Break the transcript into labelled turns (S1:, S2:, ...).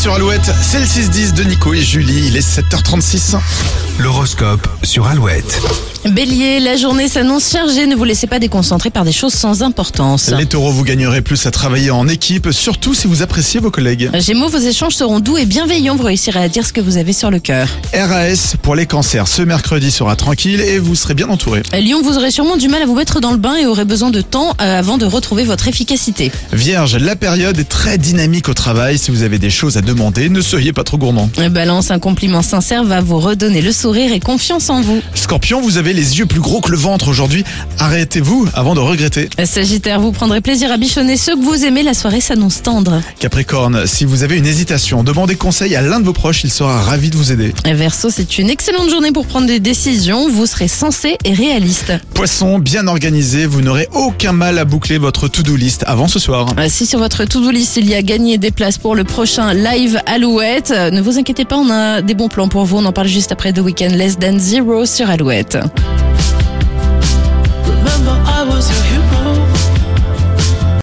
S1: sur Alouette, c'est le 6-10 de Nico et Julie, il est 7h36.
S2: L'horoscope sur Alouette.
S3: Bélier, la journée s'annonce chargée, ne vous laissez pas déconcentrer par des choses sans importance.
S1: Les taureaux, vous gagnerez plus à travailler en équipe, surtout si vous appréciez vos collègues.
S3: Euh, Gémeaux, vos échanges seront doux et bienveillants, vous réussirez à dire ce que vous avez sur le cœur.
S1: RAS pour les cancers, ce mercredi sera tranquille et vous serez bien entouré.
S3: Lyon, Euh, vous aurez sûrement du mal à vous mettre dans le bain et aurez besoin de temps euh, avant de retrouver votre efficacité.
S1: Vierge, la période est très dynamique au travail, si vous avez des choses à demander, ne soyez pas trop gourmand.
S3: Euh, Balance, un compliment sincère va vous redonner le sourire et confiance en vous.
S1: Scorpion, vous avez les yeux plus gros que le ventre aujourd'hui, arrêtez-vous avant de regretter.
S3: Euh, Sagittaire, vous prendrez plaisir à bichonner ceux que vous aimez, la soirée s'annonce tendre.
S1: Capricorne, si vous avez une hésitation, demandez conseil à l'un de vos proches, il sera ravi de vous aider.
S3: Euh, Verseau, c'est une excellente journée pour prendre des décisions, vous serez sensé et réaliste.
S1: Poisson, bien organisé, vous n'aurez aucun mal à boucler votre to-do list avant ce soir.
S3: Euh, Si sur votre to-do list il y a gagné des places pour le prochain live Alouette, euh, ne vous inquiétez pas, on a des bons plans pour vous. On en parle juste après The Weekend Less Than Zero sur Alouette.